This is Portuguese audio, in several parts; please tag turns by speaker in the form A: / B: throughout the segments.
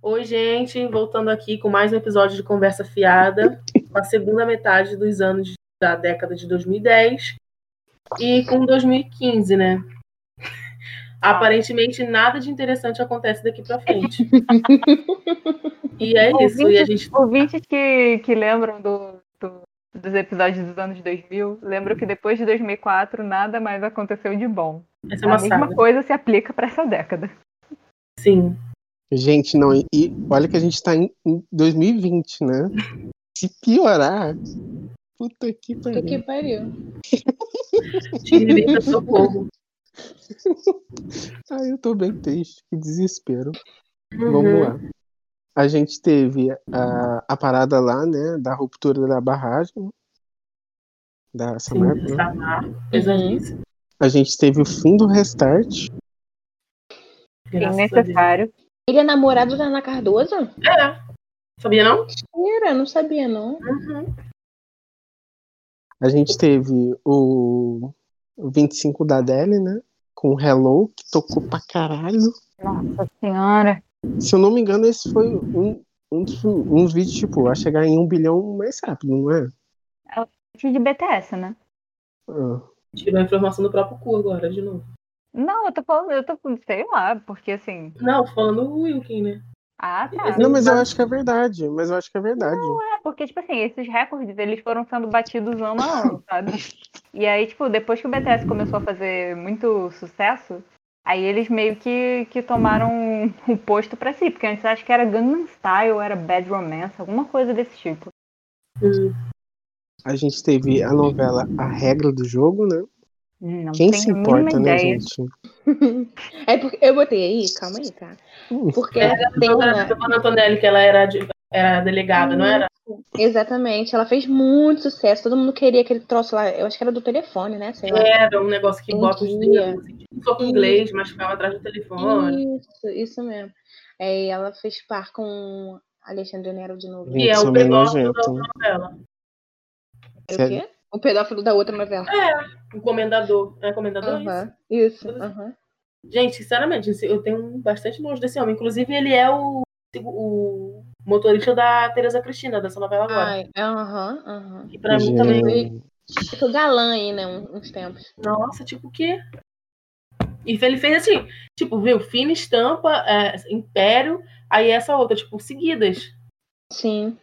A: Oi, gente, voltando aqui com mais um episódio de Conversa Fiada, na segunda metade dos anos de- da década de 2010 e com 2015, né? Aparentemente nada de interessante acontece daqui pra frente. E é isso, e a gente
B: Ouvintes que, que lembram do, do- dos episódios dos anos 2000, lembram que depois de 2004 nada mais aconteceu de bom.
A: essa é
B: A
A: uma
B: mesma
A: saga.
B: coisa se aplica para essa década.
A: Sim.
C: Gente, não, e, e olha que a gente tá em, em 2020, né? Se piorar. Puta que
D: Puta que
C: pariu.
D: pariu.
A: Tiririca, socorro.
C: Ah, eu tô bem triste, que desespero.
A: Uhum.
C: Vamos lá. A gente teve a, a parada lá, né? Da ruptura da barragem. Da Samarco,
A: Sim,
C: né?
A: Samar,
B: Uhum.
A: pesadíssimo.
C: A gente teve o fim do restart.
B: Se
A: Graças a Deus.
B: necessário.
D: Ele é namorado da Ana Cardoso?
A: Sabia não?
D: Era, não sabia, não.
A: Uhum.
C: A gente teve o o 25 da Deli, né? Com o Hello, que tocou pra caralho.
B: Nossa senhora.
C: Se eu não me engano, esse foi um, um dos um vídeos, tipo, a chegar em um bilhão mais rápido, não é?
B: De BTS, né?
C: Ah,
A: Tirou a informação do próprio cu agora, de novo.
B: Não, eu tô falando, eu tô, sei lá, porque assim.
A: Não, falando o Wilkin, né?
B: Ah, tá.
A: Esse
C: Não, mas eu acho que é verdade. Mas eu acho que é verdade.
B: É, porque, tipo assim, esses recordes, eles foram sendo batidos ano a ano, sabe? E aí, tipo, depois que o BTS começou a fazer muito sucesso, aí eles meio que, que tomaram o posto pra si, porque antes eu acho que era Gangnam Style, era Bad Romance, alguma coisa desse tipo.
A: Hum.
C: A gente teve a novela A Regra do Jogo, né?
B: Não
C: Quem
B: tenho
C: se
B: a mínima
C: importa, né,
B: ideia.
C: gente?
D: É porque eu botei aí, calma aí, tá? Porque
C: É,
D: tem
A: Dona
D: uma.
A: Giovanna Antonelli, que ela era, de- era delegada, não
D: Hum.
A: era?
D: Exatamente, ela fez muito sucesso. Todo mundo queria aquele troço lá. Eu acho que era do telefone, né? Sei lá.
C: É,
A: Era um negócio que
D: Tem
A: bota os
D: que-
A: dedos, assim, tipo, só com inglês, mas ficava atrás do telefone.
D: Isso, isso mesmo. É, e ela fez par com Alexandre Nero de novo.
A: E é
C: Isso
A: o
C: meio
A: pedófilo da
C: nojento.
A: outra novela.
D: Era É o quê? O pedófilo da outra novela.
A: O Um comendador. É comendador isso?
D: Aham, Isso.
A: Tudo
D: aham.
A: Gente, sinceramente, esse- eu tenho bastante nojo desse homem. Inclusive, ele é o, o motorista da Tereza Cristina, dessa novela agora.
D: Ai, Aham, aham.
A: E pra mim também.
C: Gente,
D: Ficou galã aí, né? um- Uns tempos.
A: Nossa, tipo o quê? E ele fez assim, tipo, viu, Fina Estampa, é, Império, aí essa outra, tipo, seguidas.
D: Sim.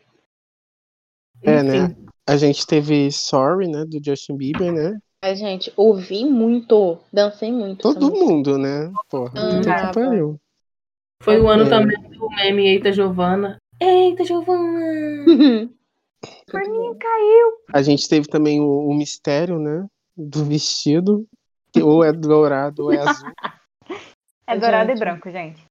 C: É,
A: Enfim.
C: né? A gente teve Sorry, né? Do Justin Bieber, né?
D: Ai, gente, ouvi muito. Dancei muito.
C: Todo
D: também.
C: mundo, né? Porra, puta
D: Amava.
C: que pariu.
A: Foi o ano
C: É.
A: também do meme Eita Giovana. Eita Giovana!
B: Pra
D: Muito
B: mim,
D: bom.
B: caiu.
C: A gente teve também o, o mistério, né? Do vestido. Que ou é dourado ou é azul.
B: É dourado
D: Gente.
B: e branco, gente.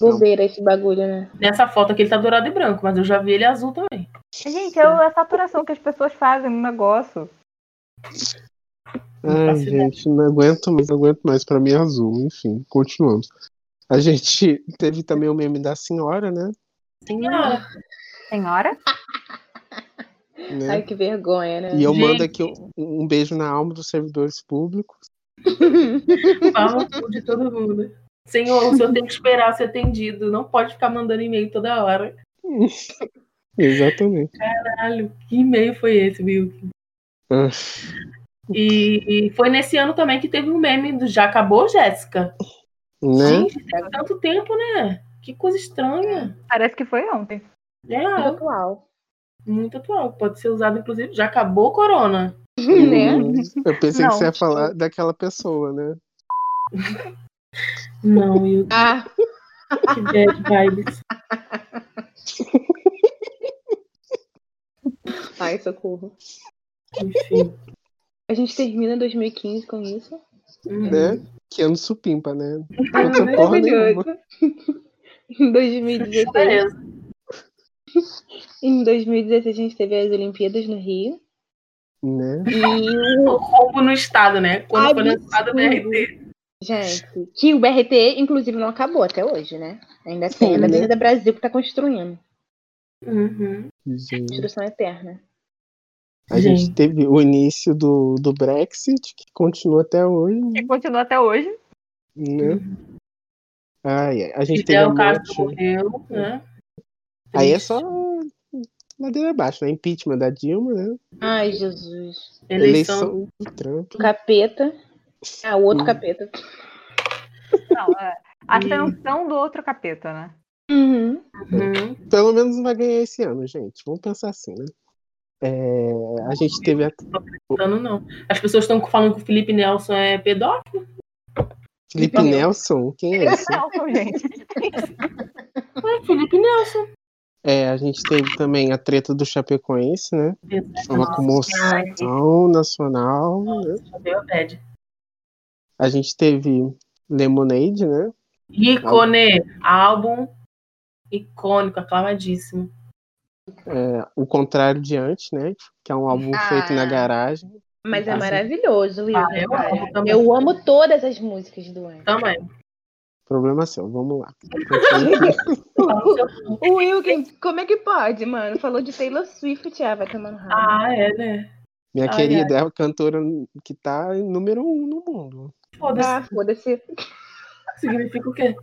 D: Bobeira esse bagulho, né?
A: Nessa foto aqui ele tá dourado e branco, mas eu já vi ele azul também.
B: Gente, é o- é a saturação que as pessoas fazem no negócio.
C: Ai,
A: faço ideia.
C: gente, não aguento mais, não aguento mais. Pra mim é azul, enfim, continuamos. A gente teve também o meme da senhora, né?
A: Senhora,
B: Senhora?
C: Né?
D: Ai, que vergonha, né?
C: E eu
A: Gente.
C: mando aqui um, um beijo na alma dos servidores públicos.
A: fala no cu de todo mundo. Senhor, o senhor tem que esperar ser atendido. Não pode ficar mandando e-mail toda hora.
C: Exatamente.
A: Caralho, que e-mail foi esse, Will?
C: Ah.
A: E, e foi nesse ano também que teve um meme do Já acabou, Jéssica?
C: Né?
A: Gente, tem tanto tempo, né? Que coisa estranha.
B: Parece que foi ontem.
D: Muito
A: Real,
D: atual.
A: muito atual. Pode ser usado, inclusive, já acabou Corona.
D: né?
C: Hum, Eu pensei
B: Não.
C: que você ia falar daquela pessoa, né?
A: Não, Will,
D: Ah,
A: que bad vibes.
D: ai, socorro.
A: Enfim.
D: A gente termina 2015 com isso.
C: Né? Que ano supimpa, né?
A: Uhum. Ah,
C: Não tinha porra nenhuma.
D: Em 2016.
A: Beleza. É.
D: Em 2016 a gente teve as Olimpíadas no Rio.
C: Né?
D: E,
A: O roubo no estado, né? Quando foi lançado é o BRT.
D: gente, que o BRT, inclusive, não acabou até hoje, né? Ainda tem, ainda
C: Sim, né?
D: tem Avenida Brasil que tá construindo.
A: Uhum.
C: Gente.
D: Construção eterna.
C: A gente
A: Gente.
C: teve o início do, do Brexit, que continua até hoje,
B: E continua até hoje.
C: né? Ai, ai. a gente teve a
A: Fidel Castro
C: morte.
A: morreu, né?
C: Aí é só ladeira abaixo, né? Impeachment da Dilma, né?
D: Ai, Jesus.
A: Eleição.
C: Eleição do Trump.
D: O capeta. Ah, o outro
C: Hum.
D: capeta.
B: Não, é a ascensão do outro capeta, né?
D: Uhum.
A: Uhum.
C: Pelo menos não vai ganhar esse ano, gente. Vamos pensar assim, né? É, a gente teve a
A: Ano não. As pessoas estão falando que o Felipe Nelson é pedófilo.
C: Felipe
D: Então-
C: Nelson, quem é esse?
B: Nelson, gente.
A: É Felipe Nelson.
C: É, a gente teve também a treta do Chapecoense, né? Foi uma
A: Ai,
C: comoção nacional. né?
A: meu bad.
C: A gente teve Lemonade, né?
A: Ícone. Álbum icônico, aclamadíssimo.
C: É, o contrário de antes, né? Que é um álbum
D: Ah.
C: feito na garagem.
D: Mas é
C: Assim.
D: maravilhoso, Igor.
A: Ah, eu
D: cara.
A: amo também.
D: É. Eu amo todas as músicas do ano.
A: Também.
C: Problema seu, vamos lá. Continua.
D: O Wilkin, como é que pode, mano? Falou de Taylor Swift, ah, vai tomando raiva.
A: Ah, é, né?
C: Minha
D: Ai,
C: querida, é a cantora que tá em número um no mundo.
A: Foda-se.
D: Ah, foda-se.
A: Significa o quê?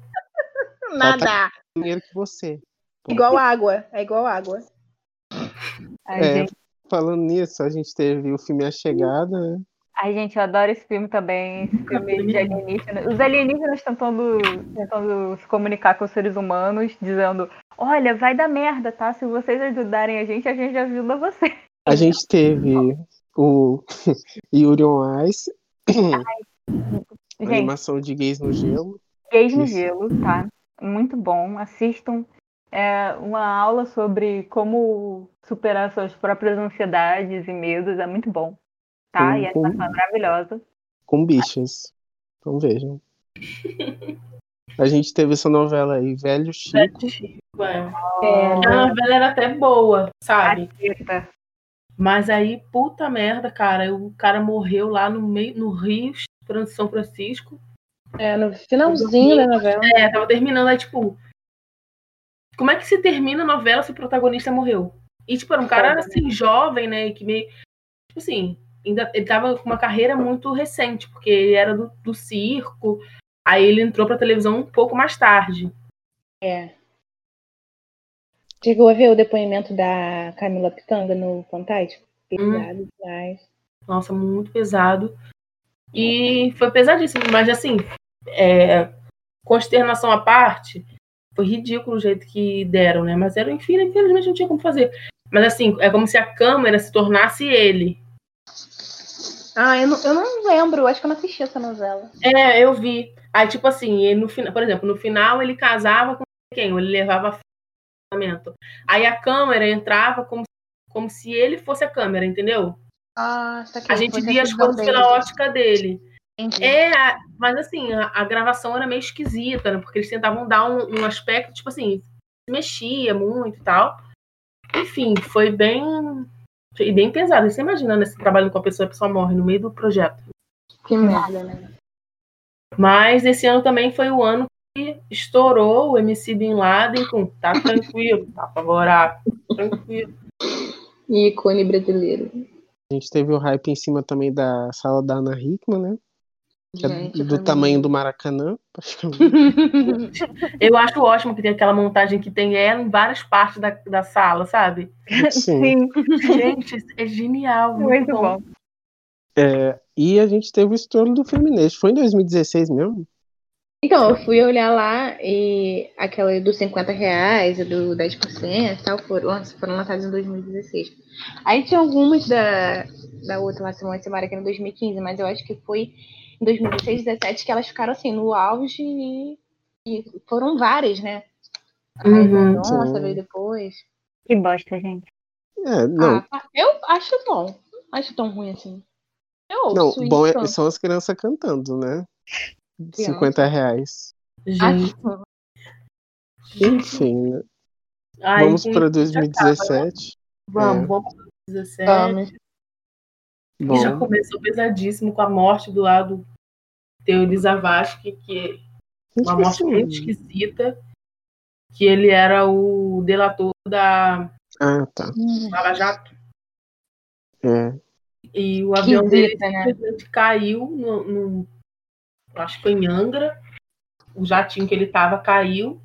D: Nada.
C: Primeiro que você.
D: Igual água. É igual água.
B: Ai,
C: É.
B: gente.
C: Falando nisso, a gente teve o filme A Chegada, né?
B: Ai, gente, eu adoro esse filme também. Esse filme
C: é
B: de alienígenas. Os alienígenas tentando, tentando se comunicar com os seres humanos, dizendo: Olha, vai dar merda, tá? Se vocês ajudarem a gente, a gente ajuda vocês.
D: Uhum.
C: A gente teve o Yuri on Ice,
B: Gente,
C: animação de gays no gelo.
B: Gays no
C: Isso.
B: Gelo, tá? Muito bom. Assistam é, uma aula sobre como superar suas próprias ansiedades e medos. É muito bom. Tá?
C: Sim,
B: E a
C: sim.
B: animação é maravilhosa.
C: com bichas. Então vejam. A gente teve essa novela aí, Velho Chico.
A: Ué,
D: É,
A: A novela era até boa, sabe?
B: Eita.
A: Mas aí, puta merda, cara. O cara morreu lá no meio, no Rio, São Francisco.
D: é, no finalzinho da novela.
A: É, tava terminando, aí, tipo. Como é que se termina a novela se o protagonista morreu? E, tipo, era um cara assim, jovem, né? e Que meio. Tipo assim, ainda, ele tava com uma carreira muito recente, porque ele era do, do circo. Aí ele entrou pra televisão um pouco mais tarde.
D: É. Chegou a ver o depoimento da Camila Pitanga no Fantástico? Pesado demais.
A: Nossa, muito pesado. E foi pesadíssimo, mas assim, é, consternação à parte, foi ridículo o jeito que deram, né? Mas era, enfim, infelizmente não tinha como fazer. Mas assim, é como se a câmera se tornasse ele.
D: Ah, eu não, eu não lembro. eu Acho que eu não assisti essa novela.
A: É, eu vi. Aí, tipo assim, ele no final, por exemplo, no final ele casava com quem? Ou Ele levava a filha no casamento. Aí a câmera entrava como, como se ele fosse a câmera, entendeu?
D: Ah, tá aqui.
A: A gente via as coisas pela ótica dele. É, a- mas assim, a, a gravação era meio esquisita, né? Porque eles tentavam dar um, um aspecto, tipo assim, se mexia muito e tal. Enfim, foi bem. E bem pesado. Você imagina, né? Você trabalhando com a pessoa, a pessoa morre no meio do projeto.
D: Que merda, né?
A: Mas esse ano também foi o ano que estourou o MC Bin Laden com tá tranquilo, tá favorável, tá tranquilo.
D: Ícone brasileiro.
C: A gente teve o hype em cima também da sala da Ana Hickman, né? Que
D: Gente, tá
C: é do
D: pra
C: tamanho
D: mim.
C: do Maracanã. praticamente.
A: Eu acho ótimo que tem aquela montagem que tem ela em várias partes da, da sala, sabe?
C: Sim.
A: Gente, é genial. Muito,
B: muito bom.
C: E a gente teve o estouro do Feminejo. Foi em 2016 mesmo?
D: Então, eu fui olhar lá e aquela dos 50 reais e do 10% e tal foram, lanç- foram lançadas em 2016. Aí tinha algumas da, da outra lá, Simone Simara, que era em 2015, mas eu acho que foi em 2016, 2017 que elas ficaram assim no auge e, e foram várias, né? Aí,
A: Uhum.
D: nossa,
C: Sim.
D: veio depois.
B: Que bosta, gente.
C: É, não.
D: Ah, eu acho bom. Não Acho tão ruim assim. Eu ouço
C: não,
D: isso,
C: bom é-
A: então.
D: pronto.
C: são as crianças cantando, né?
D: Criança.
C: 50 reais.
A: Gente.
C: Enfim, né?
A: Ai,
C: vamos
A: com-
C: para 2017.
A: Vamos,
C: é.
A: vamos pro 17.
D: Vamos.
A: que já
C: Bom,
A: começou pesadíssimo com a morte do lado Teori Zavascki, que é uma
C: tipo
A: morte
C: assim,
A: muito esquisita, que ele era o delator da
C: Ah, tá.
D: Hum,
A: Lava Jato,
C: É.
A: e o avião dele
D: Esquisita, né?
A: simplesmente caiu no, no- eu acho que foi em Angra, o jatinho que ele tava caiu,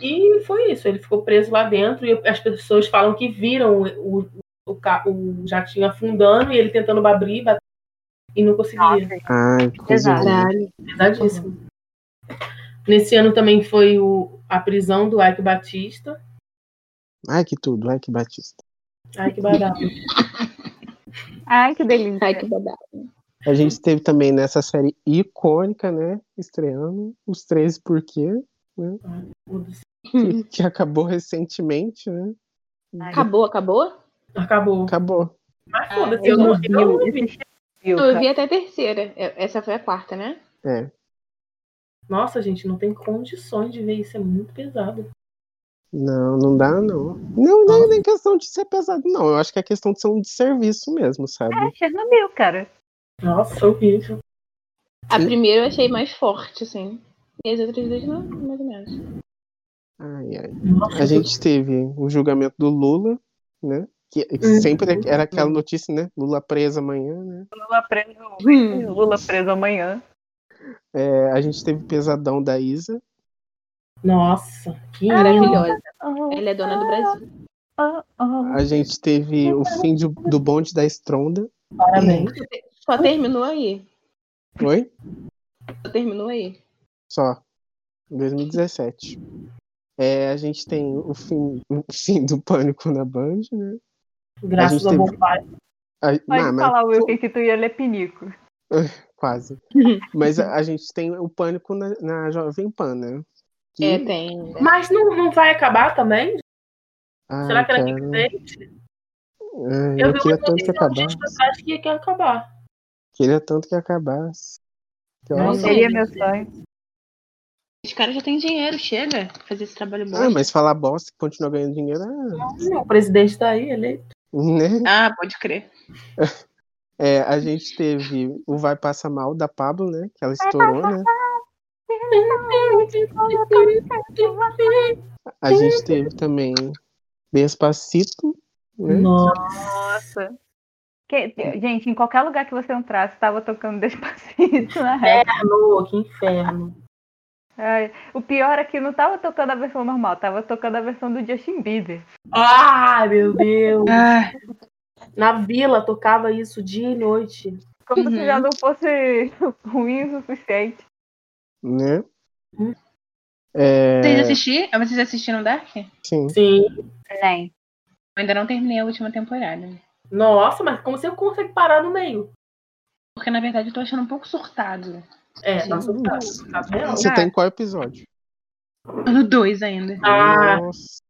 A: E foi isso, ele ficou preso lá dentro e as pessoas falam que viram o, o, o, ca- o jatinho afundando e ele tentando abrir bater, e não conseguia. É
C: Ai, que coisa
B: Exato.
C: horrível.
D: Caralho.
A: Pesadíssimo. Nesse ano também foi o, a prisão do Ike Batista.
C: Ai, que tudo. Ai, que Batista.
A: Ai, que barato.
B: Ai, que delícia.
D: Ai, que babado.
C: A gente teve também nessa série icônica, né? Estreando Os 13 Porquê, né?
A: Hum.
C: que, que acabou recentemente, né?
D: Acabou, acabou?
A: Acabou.
C: Acabou.
A: Mas foda-se, eu
D: eu
A: não,
B: vi,
A: eu não vi.
B: esse viu,
D: Eu
B: cara.
D: vi até a terceira. Eu- Essa foi a quarta, né?
C: É.
A: Nossa, gente, não tem condições de ver isso, é muito pesado.
C: Não, não dá, não. Não, não é nem questão de ser pesado, não. Eu acho que é questão de ser um desserviço mesmo, sabe?
B: É Chernobyl, cara.
A: Nossa, horrível.
D: A
C: Sim.
D: primeira eu achei mais forte, assim. E as outras duas não, mais ou menos.
C: Ai, ai.
A: Nossa,
C: A gente teve o julgamento do Lula, né? Que
A: Hum.
C: sempre era aquela notícia, né? Lula preso amanhã, né?
B: Lula preso, Lula preso amanhã.
C: É, a gente teve o pesadão da Isa.
A: Nossa, que
D: Maravilhosa.
B: Oh,
D: Ela é dona do Brasil.
B: oh, oh.
C: A gente teve o fim de- do bonde da Estronda.
A: parabéns.
D: Só terminou aí.
C: Oi?
D: Só terminou aí.
C: Só. Em 2017. É, a gente tem o fim, o fim do pânico na Band, né? A
A: Graças
C: gente
A: ao
C: teve-
A: bom pai.
C: A,
B: Pode
C: não, mas
B: falar, Wilkin, que tu ia ler pinico.
C: quase. Mas a, a gente tem o pânico na, na Jovem Pan, né? Que-
D: É, tem.
A: Mas não, não vai acabar também?
C: Ai,
A: Será que era
C: cara, é,
A: diferente?
C: ai, eu queria tanto que acabasse.
A: acho que ia acabar.
C: Queria tanto que acabasse. Que
A: Não
C: olha-
A: sei.
B: Seria meu sonho.
D: Os caras já têm dinheiro, chega. Fazer esse trabalho bom.
C: Ah, mas falar bosta que continua ganhando dinheiro, ah,
A: Não, o presidente tá aí, eleito.
C: né?
D: Ah, pode crer.
C: É, a gente teve o Vai Passa Mal da Pablo, né? Que ela estourou, né? A gente teve também Despacito, né?
A: Nossa,
B: Nossa. Que- gente, em qualquer lugar que você entrasse, tava tocando Despacito na ré.
A: Lua, que inferno.
B: Ai, o pior é que não tava tocando a versão normal, tava tocando a versão do Justin Bieber.
A: Ai, meu Deus.
D: Ah,
A: Na vila tocava isso dia e noite.
B: Como
D: Uhum.
B: se já não fosse ruim o suficiente.
C: né?
A: Hum.
C: É,
D: vocês assistiram? Vocês assistiram Dark? Eu
C: sim.
A: Sim.
B: Nem.
D: ainda não terminei a última temporada.
A: Nossa, mas como você consegue parar no meio?
D: Porque, na verdade, eu tô achando um pouco surtado.
A: É, nossa,
C: Sim.
A: tá, tá vendo?
C: Você tá em qual episódio?
D: Tô no 2 ainda.
A: Ah,
C: Nossa.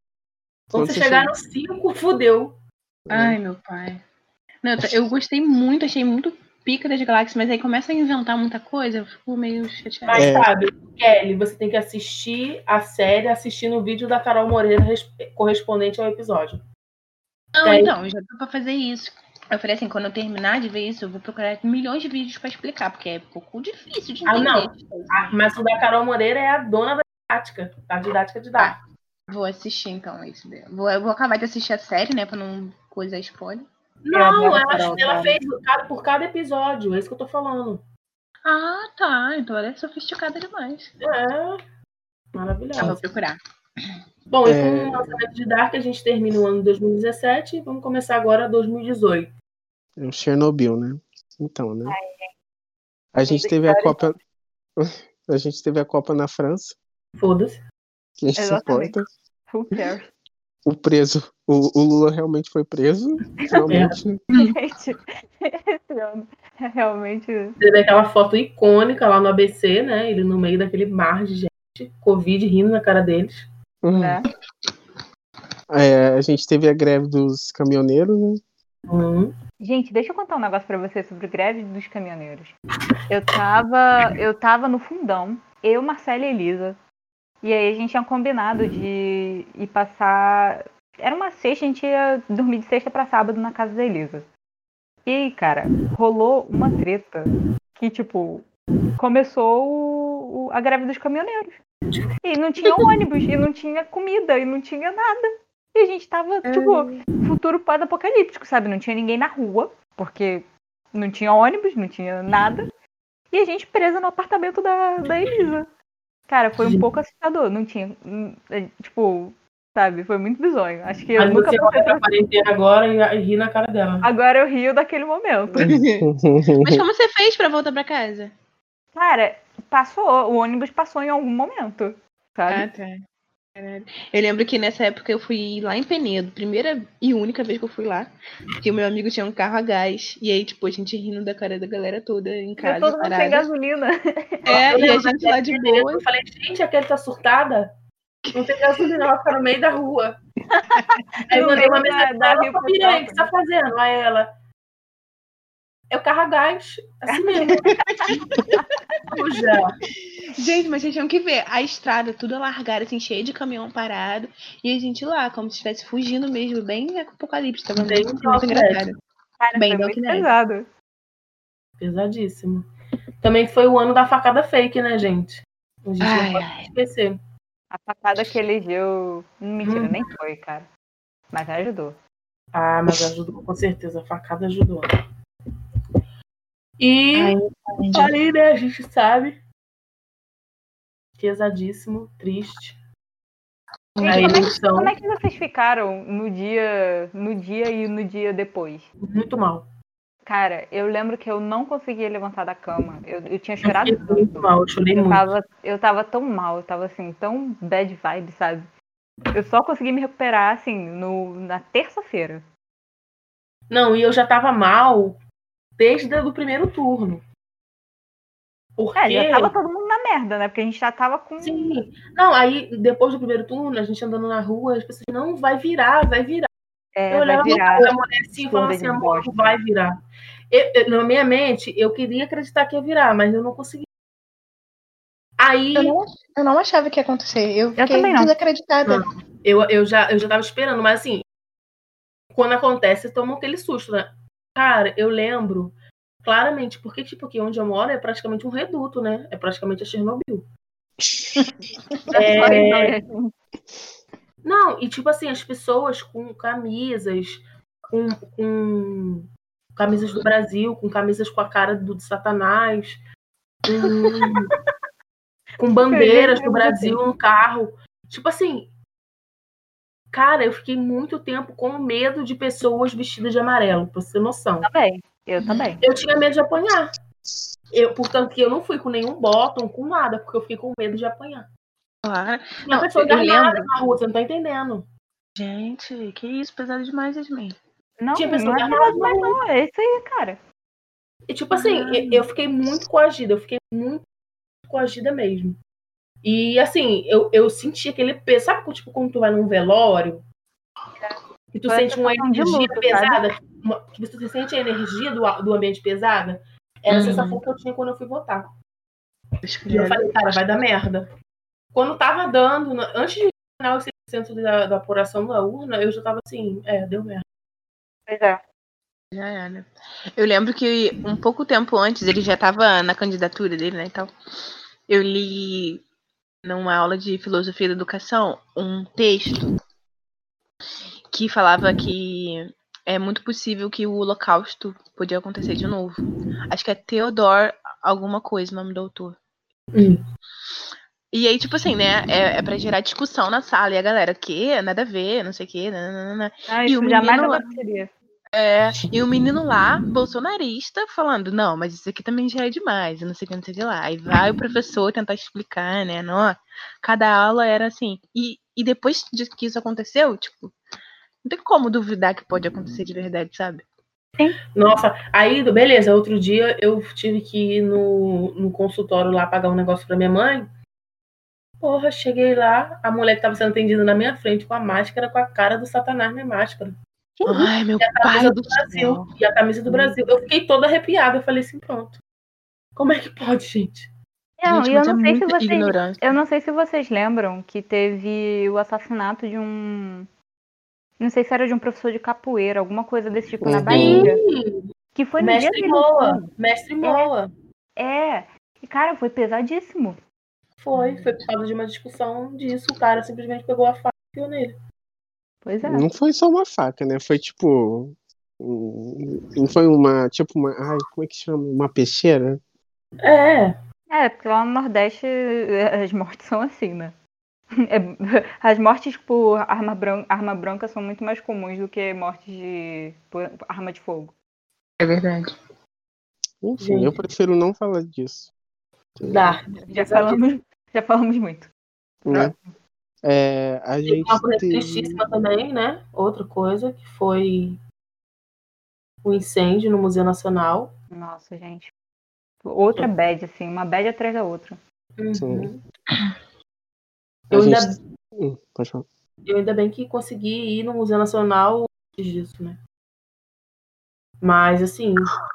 A: quando você chegar no 5, fudeu.
C: né?
D: Ai, meu pai. Não, eu, tô- eu gostei muito, achei muito pica das galáxias, mas aí começa a inventar muita coisa, eu fico meio chateada.
A: Mas
C: É.
A: sabe, Kelly, você tem que assistir a série assistindo o vídeo da Carol Moreira res- correspondente ao episódio.
D: Não,
A: Daí-
D: então, eu já tô pra fazer isso. Eu falei assim, quando eu terminar de ver isso, eu vou procurar milhões de vídeos pra explicar, porque é um pouco difícil de
A: Ah,
D: entender.
A: não. Ah, Mas o da Carol Moreira é a dona da didática, da didática didática.
D: Vou assistir, então, isso. daí. Vou, eu vou acabar de assistir a série, né, pra não coisa spoiler.
A: Não,
B: adoro a
A: ela,
B: Carol,
A: ela
B: cara.
A: fez por cada, por cada episódio, é isso que eu tô falando.
D: Ah, tá. Então ela é sofisticada demais.
A: É.
D: Ah, vou
A: Maravilhosa.
D: procurar.
A: Bom, e
C: É.
A: com o lançamento de Dark, a gente termina o ano 2017 e vamos começar agora 2018.
C: É o Chernobyl, né? Então, né? A gente teve a Copa. A gente teve a Copa na França.
A: Foda-se.
C: Quem se
B: Exatamente.
C: importa?
B: Who cares?
C: O preso. O, o Lula realmente foi preso. Finalmente.
B: Gente, esse ano é realmente.
A: Teve aquela foto icônica lá no ABC, né? Ele no meio daquele mar de gente, Covid rindo na cara deles.
C: Hum.
B: Né?
C: É, a gente teve a greve dos caminhoneiros, né?
A: Hum.
B: Gente, deixa eu contar um negócio pra vocês sobre greve dos caminhoneiros. Eu tava, eu tava no fundão, eu, Marcela e Elisa. E aí a gente tinha combinado de ir passar. Era uma sexta, a gente ia dormir de sexta pra sábado na casa da Elisa. E aí, cara, rolou uma treta que, tipo, começou o- o- a greve dos caminhoneiros. E não tinha ônibus, e não tinha comida, e não tinha nada. E a gente tava, tipo, futuro pós-apocalíptico, sabe? Não tinha ninguém na rua, porque não tinha ônibus, não tinha nada. E a gente presa no apartamento da, da Elisa. Cara, foi um pouco assustador, não tinha. hum, é, Tipo, sabe, foi muito bizonho. Acho que eu
A: Aí
B: nunca
A: você
B: passei
A: olha pra
B: pra...
A: quarentena agora e e ri na cara dela.
B: Agora eu rio daquele momento.
D: É. Mas como você fez pra voltar pra casa?
B: Cara, passou, o ônibus passou em algum momento. Sabe?
D: tá. Caralho. Eu lembro que nessa época eu fui lá em Penedo, primeira e única vez que eu fui lá, que o meu amigo tinha um carro a gás, e aí, tipo, a gente rindo da cara da galera toda em
B: Ficou
D: casa.
B: é todo mundo sem
D: parada.
B: gasolina.
D: É,
A: Eu
D: e a
A: lembro
D: gente
A: da
D: lá de
A: né? Penedo,
D: boa.
A: Eu falei, gente, aquele tá surtada? Não tem gasolina, ela tá no meio da rua. Aí eu
B: No
A: mandei uma
B: meio da-
A: mensagem
B: da
A: pra ela,
B: Rio
A: "Pô, Mirei, o
B: Petrópolis."
A: que você tá fazendo? Aí ela, eu carro a gás, assim mesmo. Puxa,
D: Gente, mas vocês tinham que ver. A estrada toda largada, assim, cheia de caminhão parado. E a gente lá, como se estivesse fugindo mesmo, bem apocalipse. Tava
A: Bem
D: muito, muito
A: próximo,
D: engraçado.
B: Cara,
D: Bem
B: foi muito
D: documentário.
B: pesado.
A: pesadíssimo. Também foi o ano da facada fake, né, gente? A gente
D: Ai,
A: não pode esquecer.
B: A facada que ele deu. Mentira,
A: Hum.
B: nem foi, cara. Mas ajudou.
A: Ah, mas ajudou, com certeza, a facada ajudou. E...
D: Ai,
A: Aí, né, a gente sabe. Pesadíssimo, triste.
B: Gente,
A: A
B: como, é, que-
A: eleição,
B: como é que vocês ficaram no dia, no dia e no dia depois?
A: muito mal.
B: Cara, eu lembro que eu não conseguia levantar da cama. Eu, eu tinha
A: Eu
B: chorado
A: fiquei muito
B: tanto.
A: mal, eu chorei
B: Eu
A: muito.
B: tava, eu tava tão mal, eu tava assim, tão bad vibe, sabe? Eu só consegui me recuperar, assim, no, na terça-feira.
A: Não, e eu já tava mal desde o primeiro turno. Porque.
B: É, já tava todo mundo na merda, né? Porque a gente já tava com.
A: Sim. Não, aí depois do primeiro turno, a gente andando na rua, as pessoas, não, vai virar, vai virar.
B: É,
A: eu
B: vai
A: olhava
B: virar.
A: pra mulher assim e falava
B: Esconder
A: assim,
B: de
A: amor,
B: bosta."
A: vai virar. Eu- eu- na minha mente, eu queria acreditar que ia virar, mas eu não consegui. Aí.
D: Eu não, eu não achava que ia acontecer. Eu fiquei
B: também não.
D: desacreditada.
A: Eu, eu, já, eu já tava esperando, mas assim, quando acontece, toma aquele susto, né? Cara, eu lembro claramente, porque, tipo, aqui onde eu moro é praticamente um reduto, né? É praticamente a Chernobyl. É, não, e tipo assim, as pessoas com camisas, com, com camisas do Brasil, com camisas com a cara do, de Satanás, com, com bandeiras
D: é
A: do Brasil no carro. Tipo assim, cara, eu fiquei muito tempo com medo de pessoas vestidas de amarelo, pra você ter noção.
B: Também. Eu também.
A: Eu tinha medo de apanhar. Eu, portanto, que eu não fui com nenhum bottom, com nada, porque eu fiquei com medo de apanhar.
D: Claro.
A: Não,
D: Não,
A: pessoa
D: eu lembro.
A: engarrada na rua, você não tá entendendo.
D: Gente, que isso, pesado demais, Yasmin.
B: Não,
A: Tinha pessoas
B: não é
A: armadas,
B: verdade, mas não. É isso aí, cara.
A: E tipo assim,
D: Ah.
A: eu- eu fiquei muito coagida, eu fiquei muito coagida mesmo. E assim, eu, eu senti aquele peso. Sabe tipo, quando tu vai num velório? E tu
B: Parece
A: sente uma
B: que tá um de
A: energia
B: luto,
A: pesada. uma- que você sente a energia do, a- do ambiente pesada. Era a
D: Uhum.
A: sensação que eu tinha quando eu fui votar. E eu falei, cara, vai dar merda. Quando tava dando, na- antes de final os 100% da, da apuração da urna, eu já tava assim, é, deu merda.
B: Pois é.
D: Já era. Eu lembro que um pouco tempo antes, ele já estava na candidatura dele, né, e tal. Eu li numa aula de filosofia da educação um texto que falava que é muito possível que o Holocausto podia acontecer de novo. Acho que é Theodore alguma coisa o nome do autor.
A: Hum.
D: E aí, tipo assim, né? É, é pra gerar discussão na sala. E a galera, que? Nada a ver, não sei o que. Nananana.
B: Ah,
D: E
B: isso
D: o
B: jamais
D: menino lá-
B: aconteceria.
D: É, e o menino lá, bolsonarista, falando, não, mas isso aqui também já é demais, eu não sei o que, não sei o que lá. Aí vai o professor tentar explicar, né? Não, ó, cada aula era assim. E, e depois de que isso aconteceu, tipo, não tem como duvidar que pode acontecer de verdade, sabe?
A: Nossa, aí, beleza, outro dia eu tive que ir no, no consultório lá pagar um negócio pra minha mãe. Porra, cheguei lá, a mulher que tava sendo atendida na minha frente com a máscara, com a cara do satanás na máscara.
B: Uhum.
D: Ai, meu
A: E
B: tá
A: a
D: pai
A: camisa do
D: do
A: Brasil.
D: céu.
A: E a camisa do Brasil. Eu fiquei toda arrepiada, eu falei assim, pronto. Como é que pode, gente?
B: Não,
D: Gente,
B: e eu
D: mas é
B: não sei se
D: muita
B: vocês
D: ignorância.
B: Eu não sei se vocês lembram que teve o assassinato de um. Não sei se era de um professor de capoeira, alguma coisa desse tipo na
C: Uhum.
B: Bahia.
A: Ih,
B: Que foi no dia
A: mestre
B: da
A: Moa,
B: eleição.
A: mestre Moa.
B: É. E, cara, foi pesadíssimo.
A: Foi, foi por causa de uma discussão disso. O cara simplesmente pegou a faca e deu nele.
B: Pois é.
C: Não foi só uma faca, né? Foi tipo. um- Não foi uma. Tipo uma. Ai, como é que chama? Uma peixeira?
A: É,
B: É, É, porque lá no Nordeste eh, as mortes são assim, né? É, as mortes por arma branca, arma branca são muito mais comuns do que mortes de, por arma de fogo.
D: É verdade.
C: Enfim, eu prefiro não falar disso.
D: Dá.
B: Já falamos, já falamos muito.
C: Né?
A: Ah.
C: É, a
A: Teve
C: gente
A: uma coisa
C: teve...
A: tristíssima também, né? Outra coisa, que foi o incêndio no Museu Nacional.
B: Nossa, gente. Outra bad, assim, uma bad atrás da outra.
A: Uhum.
C: Sim.
A: Eu,
C: a gente-
A: ainda,
C: Hum, pode falar.
A: eu ainda bem que consegui ir no Museu Nacional antes disso, né? Mas, assim,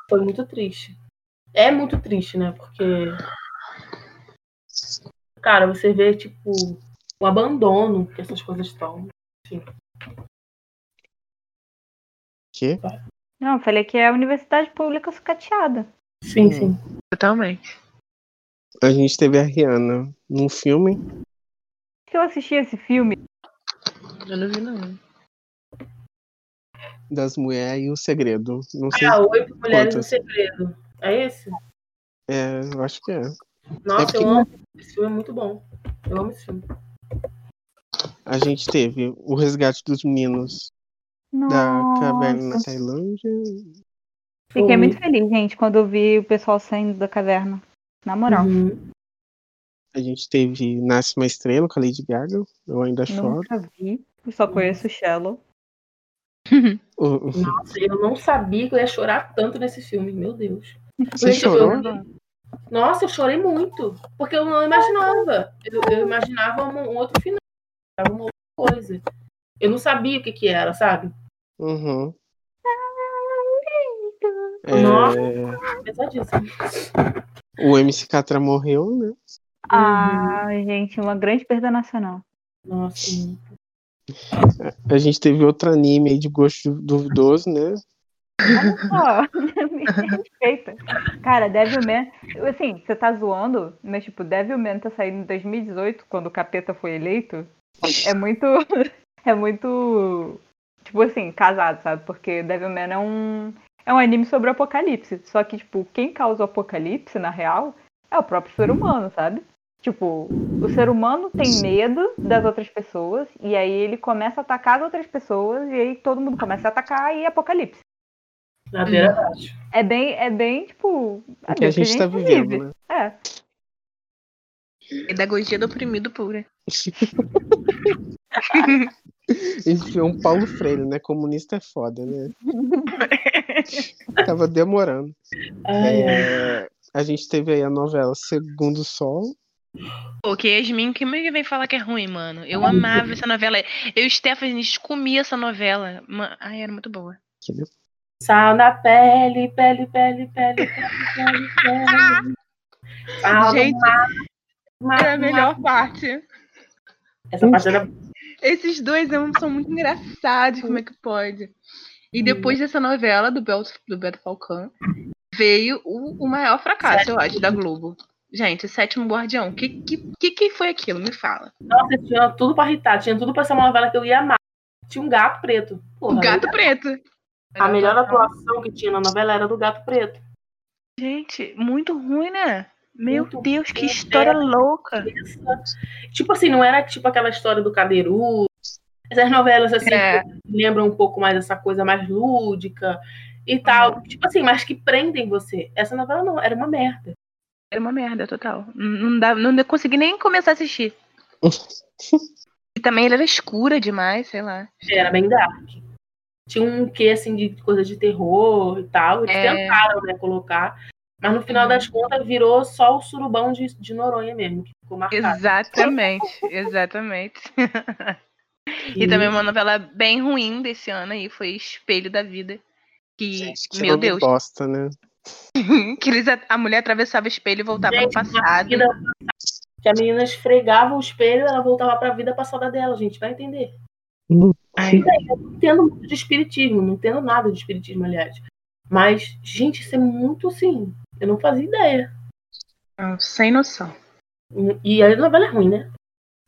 A: foi muito triste. É muito triste, né? Porque. Cara, você vê, tipo, o abandono que essas coisas estão.
C: Quê?
B: Não, eu falei que é a universidade pública sucateada.
A: Sim, sim.
D: Totalmente.
C: A gente teve a Rihanna num filme.
B: Se eu assisti esse filme,
D: Eu não vi, não.
C: das mulheres e o segredo. Não sei.
A: Ah, oito mulheres no
C: Quantas?
A: segredo. É esse?
C: É, eu acho que é.
A: Nossa,
C: É
A: eu amo. Esse filme é muito bom. Eu amo esse filme.
C: A gente teve o resgate dos meninos da caverna na
B: Nossa.
C: Tailândia.
B: Fiquei muito feliz, gente, quando eu vi o pessoal saindo da caverna. Na moral.
A: Uhum.
C: A gente teve Nasce uma Estrela com a Lady Gaga. Eu ainda choro.
B: Nunca vi. Eu só conheço o
C: Uhum.
B: Shallow.
C: O- o-
A: Nossa, eu não sabia que eu ia chorar tanto nesse filme, meu Deus.
C: Você
A: Esse
C: chorou?
A: filme- Nossa, eu chorei muito. Porque eu não imaginava. Eu, eu imaginava um, um outro final. Era uma outra coisa. Eu não sabia o que, que era, sabe?
C: Uhum.
A: Nossa.
C: É,
A: Apesar disso.
C: o MC Catra morreu, né?
B: Ah, gente, uma grande perda nacional.
A: Nossa. muito.
C: A gente teve outro anime aí de gosto duvidoso, né?
B: Olha só, me respeita. Cara, Devilman, assim, você tá zoando, mas tipo, Devilman tá saindo em 2018, quando o capeta foi eleito. É muito. É muito. Tipo assim, casado, sabe? Porque Devilman é um. É um anime sobre o apocalipse. Só que, tipo, quem causa o apocalipse, na real, é o próprio ser humano, sabe? Tipo, o ser humano tem medo das outras pessoas, e aí ele começa a atacar as outras pessoas, e aí todo mundo começa a atacar e é apocalipse.
A: Ladeira abaixo.
B: É bem, é bem, tipo.
C: O que a gente tá vivendo, né?
B: É.
D: Pedagogia do oprimido pura.
C: Enfiou um Paulo Freire, né? Comunista é foda, né? Tava demorando.
A: Ai, ai.
C: É, a gente teve aí a novela Segundo Sol.
E: Pô, que Yasmin, que me vem falar que é ruim, mano. Eu amava essa novela. Eu e Stephanie, a gente comia essa novela. Ma- Ai, era muito boa.
A: Sal na pele, pele, pele, pele, pele, pele, pele. Sal no
D: Gente,
A: mar, mar,
D: Era
A: mar.
D: a melhor parte.
A: Essa parte era
D: Esses dois ambos são muito engraçados, como é que pode? E depois dessa novela do Beto, do Beto Falcão, veio o, o maior fracasso, eu acho, da Globo. Gente, o sétimo guardião. O que, que, que, que foi aquilo? Me fala.
A: Nossa, tinha tudo pra irritar, tinha tudo pra ser uma novela que eu ia amar. Tinha um gato preto. Porra,
D: O gato preto.
A: A melhor atuação que tinha na novela era do gato preto.
E: Gente, muito ruim, né? Meu
A: Muito
E: Deus, que
A: ruim, É.
E: história louca.
A: Tipo assim, não era tipo aquela história do Cadeiru. Essas novelas assim
D: É.
A: que lembram um pouco mais essa coisa mais lúdica e tal.
D: Uhum.
A: Tipo assim, mas que prendem você. Essa novela não, era uma merda.
D: É
E: Era uma merda total.
D: Não, dá, não consegui nem começar a assistir. E também ela era escura demais, sei lá.
A: Era bem dark. Tinha um quê assim de coisa de terror e tal. Eles
D: É.
A: tentaram né, colocar. Mas no final
D: Uhum.
A: das contas virou só o surubão de, de Noronha mesmo, que ficou marcado.
D: Exatamente, exatamente. E também uma novela bem ruim desse ano aí foi Espelho da Vida. Que,
C: Gente,
D: meu
C: nome
D: Deus,
C: Bosta, né?
D: que eles, a mulher atravessava o espelho e voltava
A: Gente,
D: pro passado.
A: vida Que a menina esfregava o espelho, ela voltava pra vida passada dela, gente. Vai entender.
D: Ai,
A: Não entendo muito de espiritismo, não entendo nada de espiritismo, aliás. Mas, gente, isso é muito assim. Eu não fazia ideia.
D: não, sem noção.
A: E a novela é ruim, né?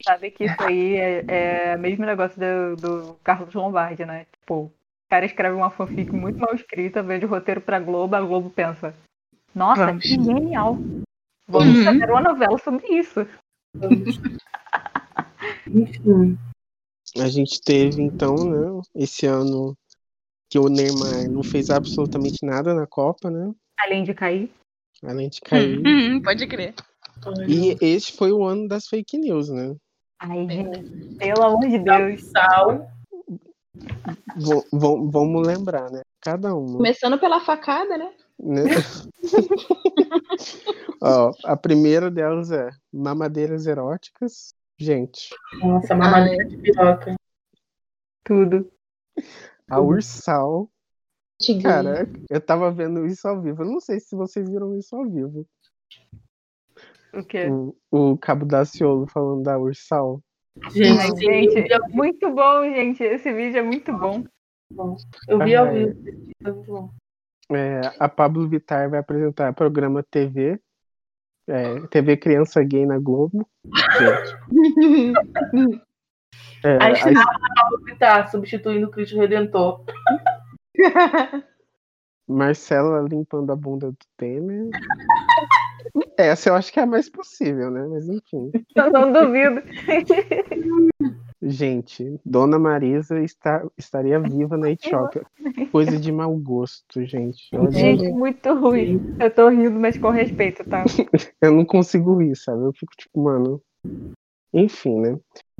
B: Sabe que isso aí é, é o mesmo negócio do, do Carlos Lombardi, né? Tipo, o cara escreve uma fanfic muito mal escrita, vende o roteiro pra Globo, a Globo pensa. Nossa,
D: Vamos.
B: que genial! Vamos
E: Uhum.
B: fazer uma novela sobre isso.
A: Enfim.
C: A gente teve, então, né, esse ano que o Neymar não fez absolutamente nada na Copa, né?
B: Além de cair.
C: Além de cair.
D: Uhum.
E: Hum, hum, pode crer.
C: E esse foi o ano das fake news, né?
B: Ai, gente, pelo amor de Deus.
A: Sal.
C: Vo- vo- Vamos lembrar, né? Cada uma.
D: Começando pela facada, né?
C: né? Ó, a primeira delas é mamadeiras eróticas. Gente,
A: Nossa,
D: Ah,
A: mamadeira de piroca.
B: Tudo.
C: a
A: Uhum.
C: Ursal.
D: Tiguinho.
C: Cara, eu tava vendo isso ao vivo. Eu não sei se vocês viram isso ao vivo.
B: O quê?
C: O, o Cabo Daciolo falando da Ursal.
A: Gente,
B: Ai,
A: sim,
B: gente.
A: eu vi ao vivo.
B: Muito bom, gente. Esse vídeo é muito bom.
A: Eu vi ao
C: Ai.
A: vivo. Foi muito bom.
C: É, a Pablo Vittar vai apresentar programa TV. é, TV Criança Gay na Globo. Gente. É,
A: Aí
C: a
A: estava na Pablo Vittar substituindo o Cristo Redentor.
C: Marcela limpando a bunda do Temer. Essa eu acho que é a mais possível, né? Mas enfim.
B: Eu não duvido.
C: Gente, Dona Marisa está, estaria viva na Etiópia. Coisa de mau gosto, gente. Olha,
B: Gente, muito ruim. Eu tô rindo, mas com respeito, tá?
C: eu não consigo rir, sabe? Eu fico tipo, mano. Enfim, né?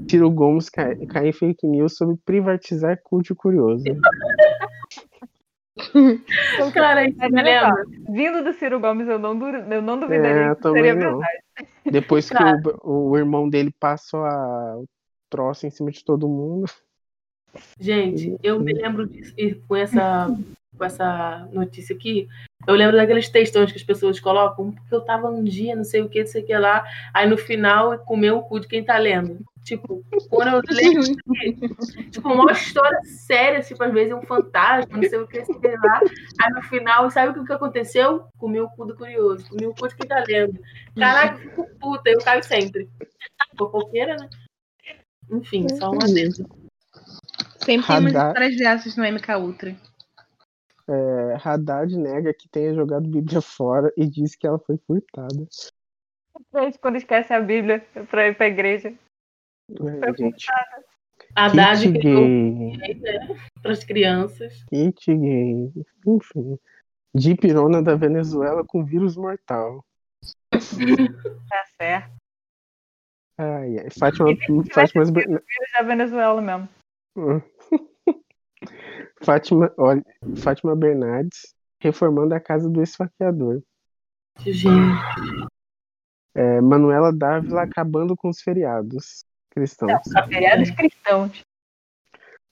C: Ciro Gomes cai, cai em fake news sobre privatizar culto curioso.
A: Cara,
C: É,
A: isso
B: Mas
A: me
C: né?
B: olha
A: lembra.
B: só, vindo do Ciro Gomes, eu não, du- eu não duvidaria
C: É,
B: que seria
C: também não.
B: verdade.
C: Depois que o, o irmão dele passou a o troço em cima de todo mundo.
A: Gente, eu me lembro disso e com essa, com essa notícia aqui. Eu lembro daqueles textões que as pessoas colocam, porque eu tava um dia, não sei o que, não sei o que lá. Aí no final comeu o cu de quem tá lendo. Tipo, quando eu leio, tipo, uma história séria, tipo, às vezes é um fantasma, não sei o que, não sei o que lá. Aí no final, sabe o que que aconteceu? Comeu o cu do curioso, comeu o cu de quem tá lendo. Caraca, eu fico puta, eu caio sempre. Fofoqueira, né? Enfim, só uma vez.
D: Sempre tem umas
C: Radar.
D: histórias dessas no MK Ultra.
C: É, Haddad nega que tenha jogado Bíblia fora e diz que ela foi furtada.
B: Gente, quando esquece a Bíblia pra ir pra igreja.
C: É, gente,
A: Haddad
C: kit
A: criou
C: gay,
A: Né? para as crianças.
C: kit gay, enfim. Dipirona da Venezuela com vírus mortal.
B: Tá certo.
C: Ai, ai. Fátima,
B: tivesse
C: Fátima, Bern-
B: Vírus da Venezuela mesmo.
C: Fátima, olha, Fátima Bernardes reformando a casa do esfaqueador.
A: Gente,
C: É, Manuela Dávila acabando com os feriados cristãos.
B: Feriados cristãos.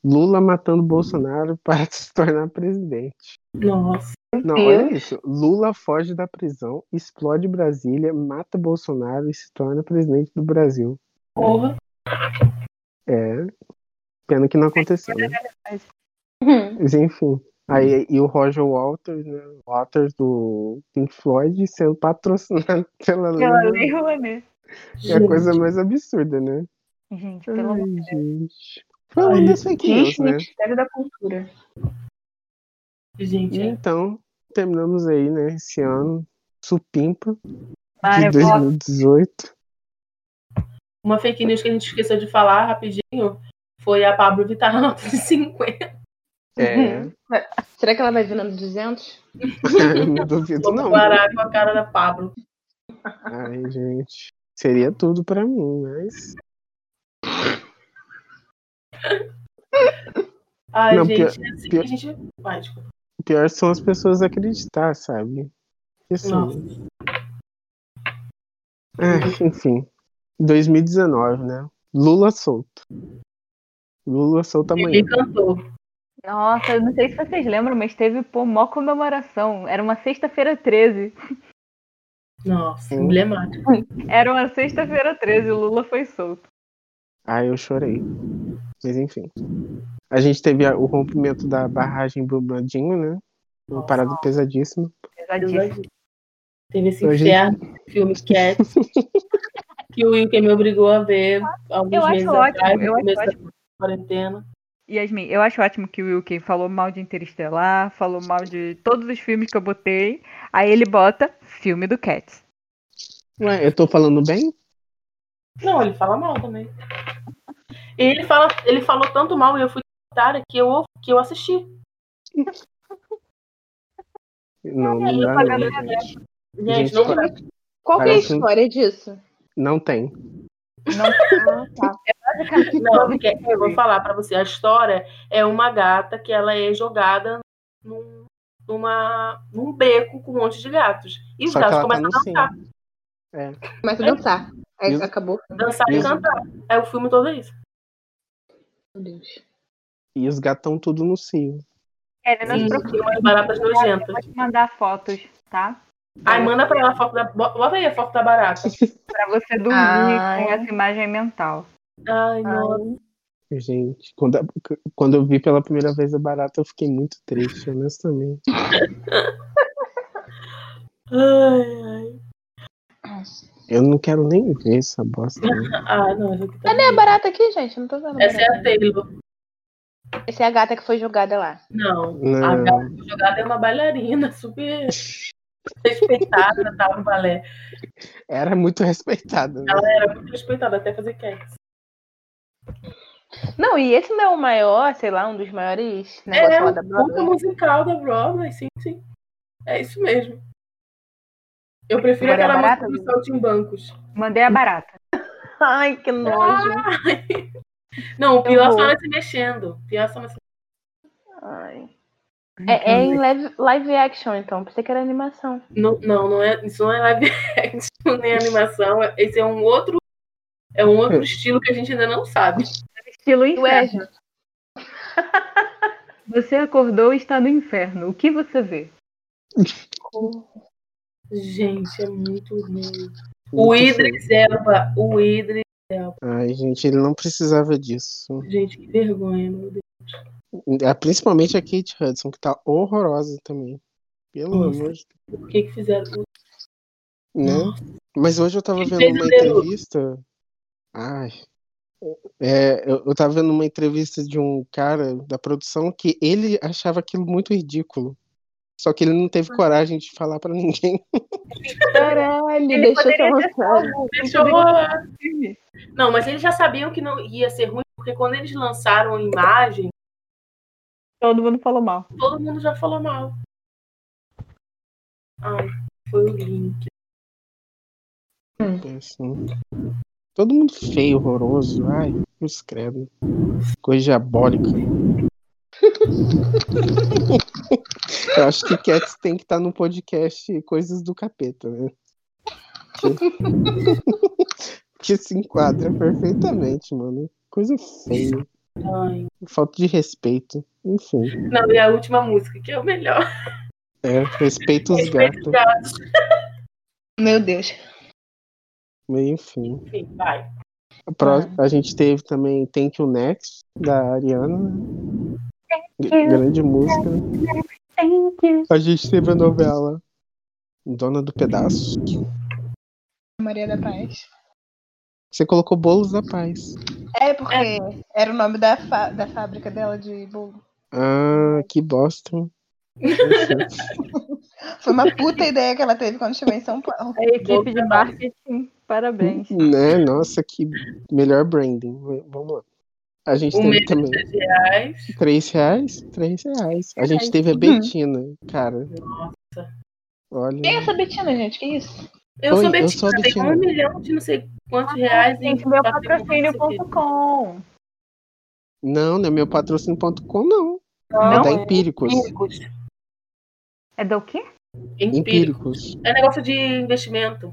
C: Lula matando Bolsonaro para se tornar presidente.
A: nossa.
C: Não, olha isso. Lula foge da prisão, explode Brasília, mata Bolsonaro e se torna presidente do Brasil.
A: Porra.
C: É. Pena que não aconteceu, né? Mas enfim. Aí, e o Roger Waters, né? Waters do Pink Floyd sendo patrocinado pela lei.
B: Pela lei Rouanet.
C: É a coisa mais absurda, né?
B: Gente, pelo amor
C: Ai, gente. Foi uma das fake news, né?
D: Ministério da Cultura.
A: Gente,
C: E
A: gente,
C: então, terminamos aí, né? Esse ano. Supimpa de
B: de Deus.
C: 2018.
A: uma fake news que a gente esqueceu de falar rapidinho foi a Pablo Vittar na nota de 50.
C: É.
D: Será que ela vai vir no 200?
C: não duvido,
A: Vou
C: não. né?
A: comparar com a cara da Pablo.
C: Ai, gente. Seria tudo pra mim, mas.
A: Ai,
C: Não,
A: gente,
C: pior-
A: é assim
C: pior-
A: que a gente. Vai, desculpa.
C: O pior são as pessoas acreditar, sabe? Assim.
A: Nossa.
C: Ah, enfim. 2019, né? Lula solto. Lula solto amanhã.
A: Ele cantou.
B: Nossa, eu não sei se vocês lembram, mas teve, pô, mó comemoração. Era uma sexta-feira 13.
A: Nossa,
C: Hum.
A: emblemático.
B: Era uma sexta-feira 13, o Lula foi solto.
C: Ai, Ah, eu chorei. Mas enfim. A gente teve a- o rompimento da barragem Brumadinho, né? Uma parada pesadíssima.
B: Pesadíssimo.
A: Teve esse
C: Hoje-
A: inferno, esse filme Cat, que o Wilker me obrigou a ver alguns
B: Eu acho
A: meses
B: ótimo,
A: atrás,
B: eu
A: no
B: acho
A: começo da quarentena.
B: Yasmin, eu acho ótimo que o Wilkie falou mal de Interestelar, falou mal de todos os filmes que eu botei. Aí ele bota filme do Cats.
C: Ué, eu tô falando bem?
A: Não, ele fala mal também. E ele, fala, ele falou tanto mal e eu fui otária que eu, que eu assisti.
C: Não,
A: Aí
C: não
A: eu
C: dá.
A: falei,
C: Não,
A: né,
C: gente.
A: Gente, não dá.
D: Qual que é a
C: Parece um-
D: história disso?
C: não tem.
A: Não, porque eu vou falar pra você. A história é uma gata que ela é jogada num, numa, num beco com um monte de gatos. E os
C: Só que
A: gatos
C: ela tá
A: começam
C: no
A: a
C: fim.
A: dançar,
D: Começa a dançar. Aí
C: Isso.
D: acabou.
A: dançar e
C: Isso.
A: cantar. É o filme todo isso.
D: Meu Deus.
C: E os gatão tudo no cio.
B: Ele não se
A: Sim,
B: preocupa,
A: tem umas baratas nojentas.
B: pode mandar fotos, tá?
A: Ai, manda pra ela a foto da. bo- Bota aí a foto da barata.
B: Pra você dormir
D: Ai.
B: com essa imagem mental.
A: Ai, nossa.
C: Gente, quando, a- quando eu vi pela primeira vez a barata, eu fiquei muito triste, honestamente.
A: Ai,
D: Tá
C: Eu não quero nem ver essa bosta. né?
A: ai. Ai, não, isso aqui tá-
D: Cadê a barata aqui, gente? Eu Não tô vendo. a
A: Essa
D: barata.
A: é a Taylor.
D: Essa é a gata que foi jogada lá.
A: Não. A
C: Não.
A: gata que jogada é uma bailarina super respeitada, tá? No balé.
C: Era muito respeitada. Né?
A: Era muito respeitada até fazer cats.
D: Não, e esse não é o maior, sei lá, um dos maiores negócios
A: É,
D: lá da
A: culto
D: Broadway.
A: musical da Broadway, sim, sim. É isso mesmo. Eu prefiro
D: Agora é
A: aquela
D: barata,
A: música dos saltimbancos.
B: Mandei a barata.
D: Ai, que nojo.
A: Não, o Pior
D: horror.
A: só vai se mexendo. O Pior só vai se
D: Ai. É, é em live, live action, então. Pensei que era animação.
A: Não, não, não é, isso não é live action nem animação. é- Esse é um outro, é um outro estilo que a gente ainda não sabe.
B: Estilo
D: E o Ed?
B: inferno. Você acordou e está no inferno. O que você vê?
A: Gente, é muito ruim. O
C: Muito
A: Idris Elba, o Idris.
C: feio. Ai, gente, ele não precisava disso.
A: Gente, que vergonha, meu Deus.
C: É, Principalmente a Kate Hudson, que tá horrorosa também. Pelo
A: Isso.
C: amor de
A: Por que, que fizeram isso?
C: né? Mas hoje eu tava
A: Ele
C: vendo
A: fez
C: uma
A: o Deus.
C: entrevista. Ai. É, eu, eu tava vendo uma entrevista de um cara da produção que ele achava aquilo muito ridículo. Só que ele não teve coragem de falar pra ninguém.
D: Caralho,
B: Ele
D: deixa eu
B: poderia ter
D: ter lançado.
A: Deixa eu rolar. Não, mas eles já sabiam que não ia ser ruim, porque quando eles lançaram a imagem,
B: Todo mundo falou mal.
A: todo mundo já falou mal. Ai, foi o link.
C: Assim. Todo mundo feio, horroroso. Ai, cruz credo. Coisa diabólica. eu acho que Cats tem que estar no podcast Coisas do Capeta, né? Que, que se enquadra perfeitamente, mano. Coisa feia.
A: Ai.
C: Falta de respeito. Enfim.
A: Não, e a última música, que é o melhor.
C: É, respeito os
A: Respeito os gatos.
C: gatos.
D: Meu Deus.
C: Mas, Enfim.
A: Enfim, vai.
C: A, pró- a gente teve também Thank You Next, da Ariana. né?
B: you.
C: Grande música.
B: Thank you.
C: A gente teve a novela Dona do Pedaço.
D: Maria da Paz.
C: Você colocou Bolos da Paz.
D: É, porque era o nome da, fa- da fábrica dela de bolo.
C: Ah, que bosta. hein? Enfim.
D: Foi uma puta ideia que ela teve quando chegou em São Paulo.
B: A equipe de marketing, parabéns.
C: né? Nossa, que melhor branding. V- Vamos lá. A gente
A: O
C: teve
A: mesmo
C: também
A: de reais.
C: três reais? Três reais. A gente teve a Betina, cara.
A: Nossa.
C: Olha.
D: Quem é essa Betina, gente? Que isso?
A: Eu
C: Oi,
A: sou
C: eu
A: Betina,
C: sou a
A: tem
C: Betina.
A: um milhão de não sei quantos reais. tá em
B: Ah, Gente, meu
A: patrocínio.
B: patrocínio.com.
C: Não, não é meu patrocínio.com, não. é
A: Não,
C: da
A: é
C: Empíricos.
A: empíricos.
B: É do quê?
A: Empíricos.
C: Empíricos.
A: É negócio de investimento.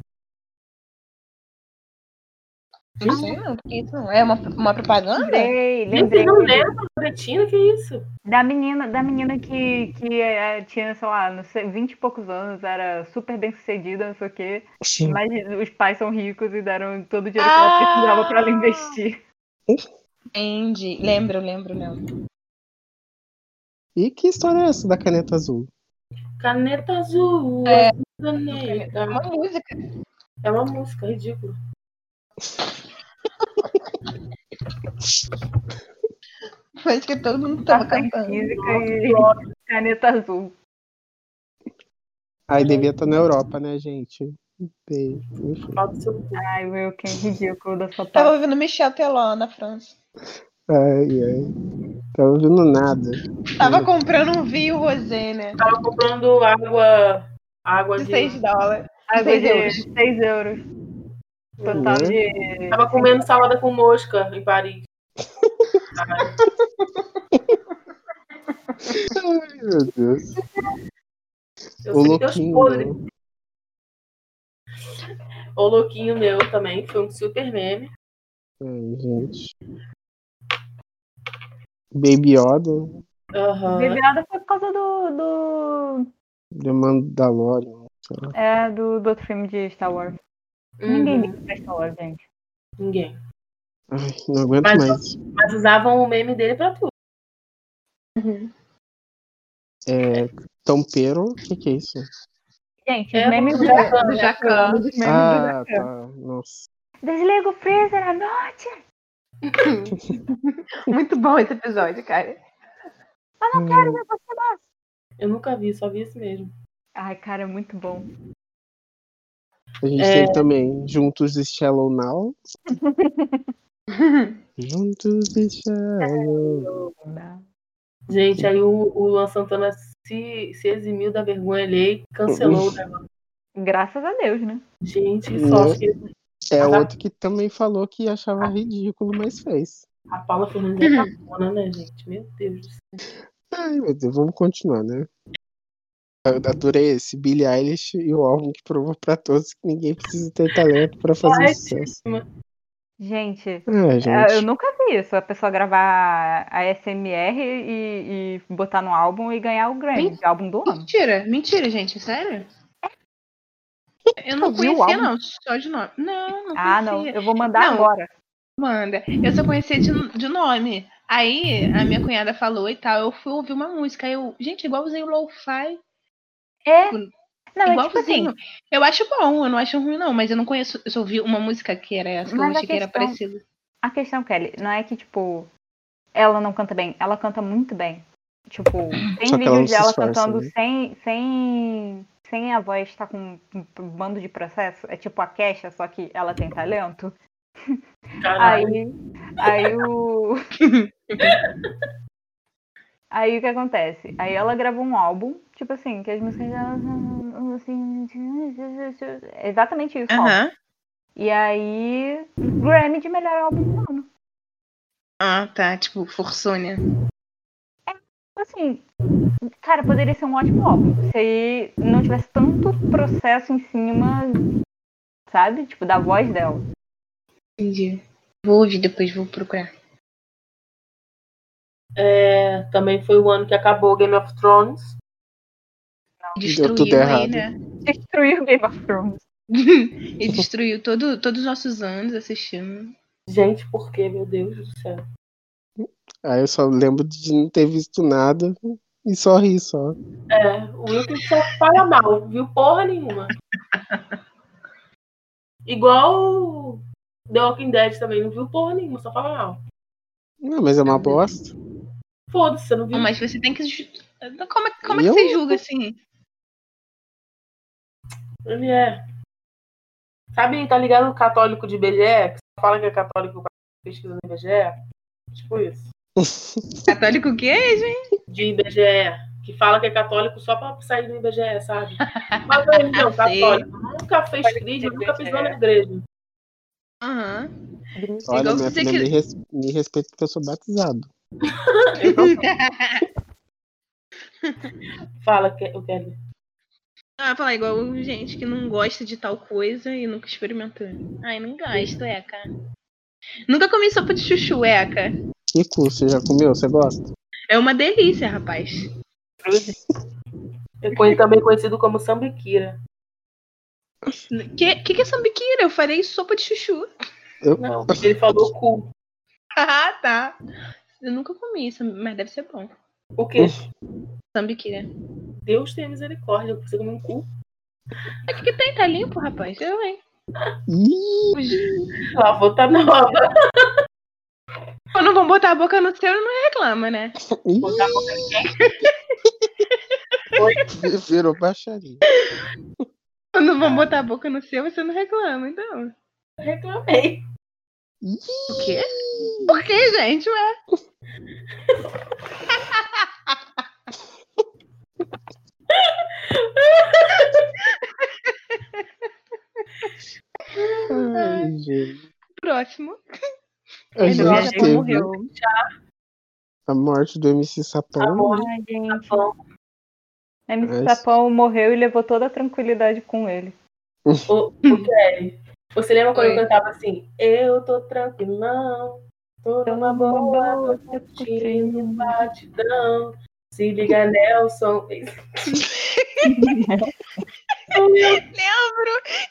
D: Não sei não, que isso não. É uma, uma propaganda?
B: Lembrei,
A: Gente,
B: lembrei.
A: vocês não lembram da Betina? um Que isso?
B: Da menina, da menina que, que eh, tinha, sei lá, não sei, 20 e poucos anos, era super bem sucedida, não sei o quê.
C: Sim.
B: Mas os pais são ricos e deram todo o dinheiro que
D: Ah!
B: ela precisava pra ela investir.
D: Entendi. Lembro, lembro, lembro.
C: E que história é essa da caneta azul?
A: Caneta azul.
D: É.
A: azul caneta.
D: É uma música.
A: É uma música ridícula.
D: Acho que todo mundo tava
B: Passar em
D: cantando.
B: física e caneta azul.
C: Aí devia estar na tá Europa, né, gente? Beijo. Enfim.
A: Fala do seu cu.
B: Ai, meu, que ridículo da sua
D: Tava
B: parte.
D: ouvindo Michel Teló na França.
C: Ai, ai. Tava ouvindo nada.
D: Tava comprando um vinho rosé, né?
A: Tava comprando água. Água
D: De
A: de.
D: 6 dólares.
B: Água
D: seis
B: de
D: euros.
B: 6 é euros. Total
C: Uhum.
B: de.
A: Tava comendo salada com mosca em Paris.
C: Ai, meu Deus.
A: Eu
C: O
A: sei teus
C: louquinho.
A: podres.
C: né?
A: O louquinho meu também, foi um super meme.
C: Ai, gente. Baby Yoda,
A: Aham.
B: Bebeada foi por causa do. do.
C: The Mandalorian.
B: É, do, do outro filme de Star Wars. Ninguém
A: Uhum.
B: liga pra Star Wars, gente.
A: Ninguém.
C: Ai, não aguento
A: Mas-
C: mais.
A: Mas usavam o meme dele pra tudo.
C: É, Tompeiro? O que, que é isso?
B: Gente,
A: É,
B: os memes
A: do
B: do
A: Jacan,
B: do
A: né?
B: Jacan. os memes do
C: Ah,
B: Jacan.
C: tá. Nossa.
B: Desliga o freezer à noite.
D: Muito bom esse episódio, cara.
C: Hum,
A: Eu nunca vi, só vi esse mesmo.
B: Ai, cara, é muito bom.
C: a gente
A: É.
C: tem também Juntos e Shallow Now. Juntos e Shallow.
A: Gente, aí o, o Luan Santana se, se eximiu da vergonha alheia e cancelou o negócio.
B: Graças a Deus, né?
A: Gente, que sorte que
C: É
A: Agora-
C: outro que também falou que achava ridículo, mas fez.
A: a Paula Fernandes é cafona, né, gente? Meu Deus do céu.
C: Ai, meu Deus, vamos continuar, né? Eu adorei esse, Billie Eilish e o álbum que provou pra todos que ninguém precisa ter talento pra fazer
A: Ai,
C: sucesso.
B: Gente,
C: Ah,
B: é, eu
C: gente.
B: nunca vi isso. A pessoa gravar a SMR e, e botar no álbum e ganhar o Grammy, de álbum do ano.
F: Mentira, mentira, gente, sério?
D: Eu não
B: Tu viu o
D: conhecia,
B: álbum?
D: não. Só de nome. Não, não
B: Ah, não.
D: conhecia.
B: Eu vou mandar
D: Não.
B: agora.
D: Manda. Eu só conhecia de, de nome. Aí a minha cunhada falou e tal. Eu fui ouvir uma música. Aí eu, gente, igualzinho lo-fi.
B: É.
D: Tipo,
B: Não, é tipo assim.
D: Igualzinho. eu acho bom, eu não acho ruim, não. Mas eu não conheço. Eu só ouvi uma música que era essa, que eu
B: Mas a
D: achei que era
B: questão- é
D: parecida.
B: A questão, Kelly, não é que, tipo, ela não canta bem. Ela canta muito bem. Tipo, tem
C: Só que ela não
B: vídeos
C: se
B: dela
C: esforça,
B: cantando
C: né?
B: sem, sem, sem a voz estar com um bando de processo. É tipo a Kesha, só que ela tem talento.
A: Caralho.
B: Aí, aí o. aí o que acontece? Aí ela gravou um álbum, tipo assim, que as músicas dela são assim. é Exatamente isso. o álbum.
D: Aham.
B: E aí, Grammy de melhor álbum do ano.
D: Ah, tá. Tipo, forçônia.
B: Assim, cara, poderia ser um ótimo álbum. Se não tivesse tanto processo em cima, sabe? Tipo, da voz dela.
F: Entendi. Vou ouvir depois, vou procurar.
A: É, também foi o ano que acabou Game of Thrones.
D: Destruiu
C: tudo
D: aí,
C: errado.
D: né?
B: Destruiu Game of Thrones.
D: E destruiu todo, todos os nossos anos assistindo.
A: Gente, por quê, meu Deus do céu?
C: Aí eu só lembro de não ter visto nada e só ri só.
A: É, o Wilton só fala mal, viu porra nenhuma. Igual o The Walking Dead também, não viu porra nenhuma, só fala mal.
C: Não, mas é uma bosta.
A: Foda-se, você não
B: Hum.
A: viu.
D: Não, Ah, mas você tem que. ju- Como, é- como é que
C: Eu-
D: você julga assim?
A: Ele é. Sabe, tá ligado o católico de IBGE? Que só fala que é católico pra pesquisa no IBGE? Tipo isso.
D: Católico o quê?
A: De IBGE. Que fala que é católico só pra sair do IBGE, sabe? Mas ele não,
D: Sei.
A: católico. Nunca fez crise, nunca pisou na igreja.
D: Aham.
C: Olha,
D: Igual
C: minha
D: dizer
C: filha,
D: que-
C: me, res... me respeita porque eu sou batizado.
A: Fala, que eu quero.
D: Ah, falar igual gente que não gosta de tal coisa e nunca experimentou. Ai, não gosto, Eca. Nunca comi sopa de chuchu, Eca.
C: Que curso, você já comeu? Você gosta?
D: É uma delícia, rapaz.
A: Eu conhe- também conhecido como sambiquira.
D: Que que, que é sambiquira? Eu farei sopa de chuchu.
A: Não, ele falou cu.
D: ah, tá. Eu nunca comi isso, mas deve ser bom.
A: O quê?
D: Sambiquira.
A: Deus tem misericórdia, eu consigo comer um cu.
D: Mas o que, que tem? Tá limpo, rapaz? Eu, hein?
C: Ih,
A: Lavou, tá nova.
D: Quando vão botar a boca no seu, não reclama, né?
A: Botar a boca
C: virou baixaria.
D: Quando
G: não vão botar a boca no seu, você não reclama, então.
A: Reclamei.
G: O quê? Por quê, gente? Ué.
C: Ai, gente.
G: Próximo.
C: A
E: Ele
C: gente
E: viajou e
C: teve
E: morreu.
C: a morte do MC
A: Tá
C: Sapão.
A: bom.
B: Ai, gente.
A: Tá bom.
B: MC
C: Mas-
B: Sapão morreu e levou toda a tranquilidade com ele.
A: O, o Kelly, você lembra quando
G: Oi.
A: eu cantava assim? Eu tô tranquilão, tô
B: Então, tá
A: numa boa, tô curtindo o um batidão. Se liga, Nelson.
G: Lembro!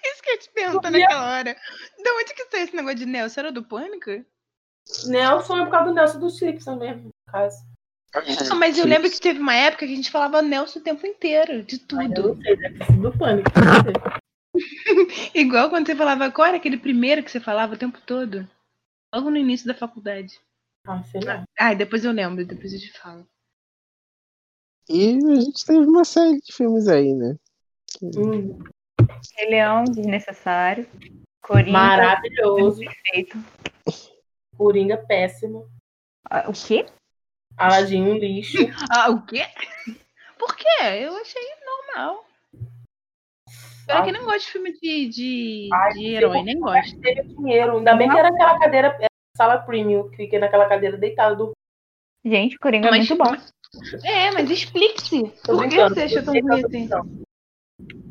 G: Isso que eu te pergunto naquela hora. De onde que saiu esse negócio de Nelson? Era do Pânico?
A: Nelson é por causa do Nelson do Simpson mesmo, no caso.
G: Não, mas eu lembro que teve uma época que a gente falava Nelson o tempo inteiro, de
A: Mas
G: tudo.
A: eu não sei, deve ter sido do pânico.
G: Igual quando você falava, qual era aquele primeiro que você falava o tempo todo? Logo no início da faculdade.
A: Ah, sei lá.
G: Ah, depois eu lembro, depois eu te falo.
C: E a gente teve uma série de filmes aí, né?
A: Hum,
B: Rei Leão, desnecessário. Coringa,
A: maravilhoso.
B: perfeito.
A: Coringa péssimo.
B: Ah, O quê?
A: Aladim um lixo.
G: Ah, o quê? Por quê? Eu achei normal. Pior que eu não gosto de filme de, de,
A: Ah. Ai,
G: de herói,
A: eu-
G: nem gosto.
A: Teve dinheiro. Ainda bem que era aquela cadeira, era sala premium, que fiquei naquela cadeira deitada do.
B: Gente, Coringa é muito bom.
G: É, mas explique-se.
A: Tô
G: Por que
A: brincando,
G: você achou
A: não
G: tão
A: sei
G: ruim
A: tanto
G: assim?
A: não.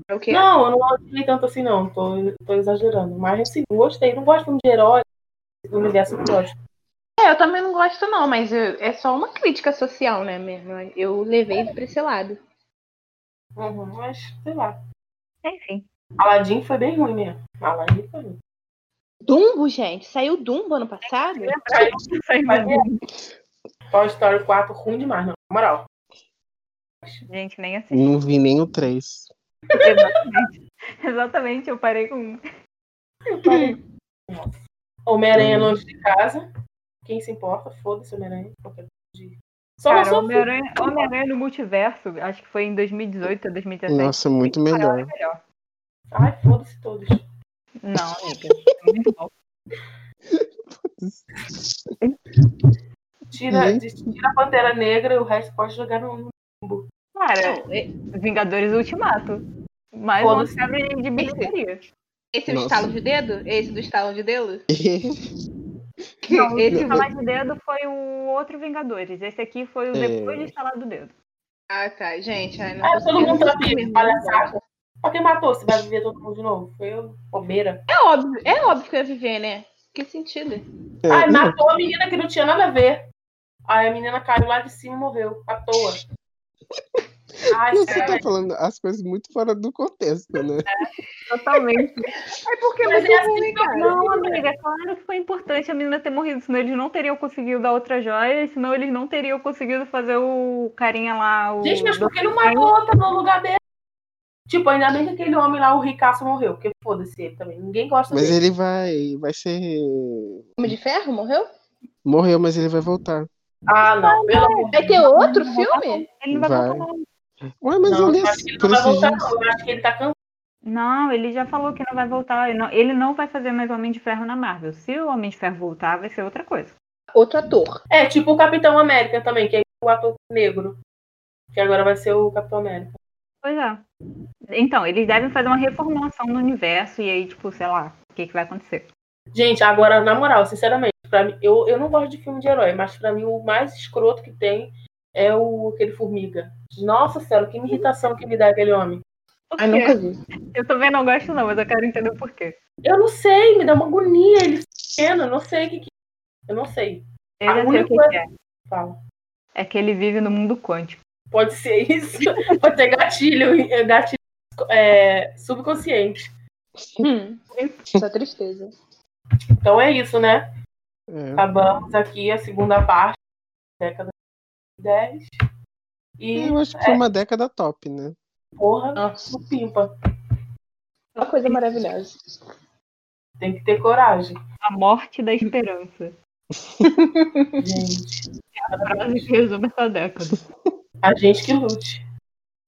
G: É o quê?
A: Não, eu não gostei tanto assim, não. Tô, tô exagerando. Mas assim, não gostei. Não gosto muito de herói. No universo próximo.
D: É, eu também não gosto, não, mas eu- é só uma crítica social, né, mesmo? Eu levei pra esse lado.
A: Uhum, mas, sei lá.
B: Enfim.
A: Aladdin foi bem ruim mesmo. Aladdin foi ruim.
D: Dumbo, gente, saiu Dumbo ano passado?
A: Mas, é, Toy Story 4, ruim demais, não. Na moral.
B: Gente, nem assim.
C: Não vi nem o 3.
B: Exatamente. Exatamente, eu parei com.
A: Hum. Homem-Aranha longe de casa. Quem se importa? Foda-se, Homem-Aranha. qualquer dia. Só
B: Cara,
A: lançou filme.
B: Homem-Aranha Homem-Aranha no Multiverso, acho que foi em 2018 ou 2017.
C: Nossa, muito
B: Caralho,
C: melhor.
B: melhor.
A: Ai, foda-se todos.
B: Não, amiga. é muito bom.
A: Tira, tira a Pantera Negra e o resto pode jogar no.
G: É,
B: Cara, Vingadores Ultimato. Mais
A: Pô,
B: uma
A: não-
B: série de bilheteria.
G: Esse é o
C: Nossa.
G: estalo de dedo? Esse do estalo de dedo?
B: Não,
G: Esse
B: esse Estalar de Dedo foi o outro Vingadores. Esse aqui foi o
C: É.
B: depois de Estalar do Dedo.
G: Ah, tá, gente. Ai,
D: É,
G: não
A: Ah,
G: consigo.
A: todo mundo tá vivo,
G: Mesmo.
A: palhaçada. Pra quem matou, se vai viver todo mundo de novo? Foi eu, bobeira.
G: É óbvio, é óbvio que eu ia viver, né? Que sentido.
C: É,
A: Ai,
C: não,
A: matou a menina que não tinha nada a ver. Aí a menina caiu lá de cima e morreu, à toa. Ai,
C: você
A: cara.
C: tá falando as coisas muito fora do contexto, né?
B: Totalmente.
G: É porque
A: Mas
G: você
A: é
G: é
A: assim
G: ruim,
A: que eu-
G: cara.
B: Não, amiga, é claro que foi importante a menina ter morrido, senão eles não teriam conseguido a outra joia, e senão eles não teriam conseguido fazer o carinha lá. O...
A: Gente, mas por que não matou outra no lugar dele? Tipo, ainda bem que aquele homem lá, o ricaço, morreu. Porque foda-se ele também. Ninguém gosta
C: Mas
A: dele.
C: ele vai. Vai ser.
D: Homem de Ferro morreu?
C: Morreu, mas ele vai voltar.
A: Ah, não. Pelo amor de
D: Vai ter outro filme?
B: Ele não vai,
C: Vai.
B: voltar mais.
C: Ué, mas
A: Deus.
C: eu
A: Não,
C: li
A: eu
C: as-
A: acho que ele não
C: por
A: vai
C: esses
A: voltar,
C: dias.
A: não. Eu acho que ele tá cansado.
B: Não, ele já falou que não vai voltar. Ele não, ele não vai fazer mais Homem de Ferro na Marvel. Se o Homem de Ferro voltar, vai ser outra coisa.
D: Outro ator.
A: É, tipo o Capitão América também, que é o ator negro. Que agora vai ser o Capitão América.
B: Pois é. Então, eles devem fazer uma reformulação no universo, e aí, tipo, sei lá, o que, que vai acontecer?
A: Gente, agora, na moral, sinceramente, pra mim, eu, eu não gosto de filme de herói, mas pra mim o mais escroto que tem é o aquele formiga. Nossa senhora, que irritação que me dá aquele homem.
B: Por
D: Ah,
B: quê?
G: É.
D: nunca vi.
B: Eu também não gosto, não, mas eu quero entender o porquê.
A: Eu não sei, me dá uma agonia ele pequeno, eu não sei o que que. Eu não sei.
B: Eu
A: A
B: já sei o que,
A: única-
B: que é.
A: Fala.
B: É que ele vive no mundo quântico.
A: Pode ser isso. Pode ser gatilho, é, gatilho é, subconsciente.
D: Hum. Só tristeza.
A: Então é isso, né?
C: É.
A: Acabamos aqui a segunda parte, década de 10. E,
C: Eu acho que foi uma década top, né?
A: porra,
D: Nossa.
A: do pimpa.
D: Uma coisa maravilhosa.
A: Tem que ter coragem.
B: A morte da esperança.
A: Gente,
B: A frase que resume essa década.
A: a gente que lute.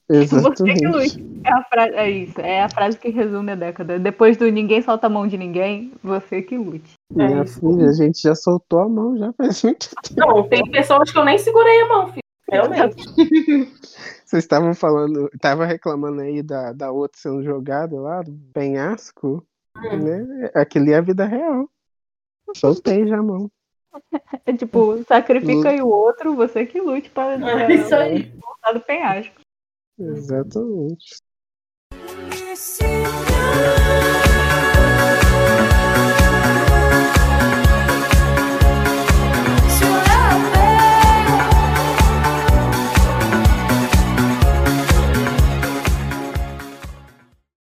B: Você que
C: Exatamente.
B: lute. É, a frase, é isso, é a frase que resume a década. Depois do ninguém solta a mão de ninguém, você que lute.
C: Minha filha, a gente já soltou a mão já faz um muito tempo.
A: Não, tem pessoas que eu nem segurei a mão, filho. Realmente.
C: Vocês estavam falando, tava reclamando aí da, da outra sendo jogada lá, do penhasco, né? Aquele é a vida real. Soltei já a mão.
B: É tipo, sacrifica aí o outro, você que lute para
A: É isso aí.
B: voltar do penhasco.
C: Exatamente.
H: Esse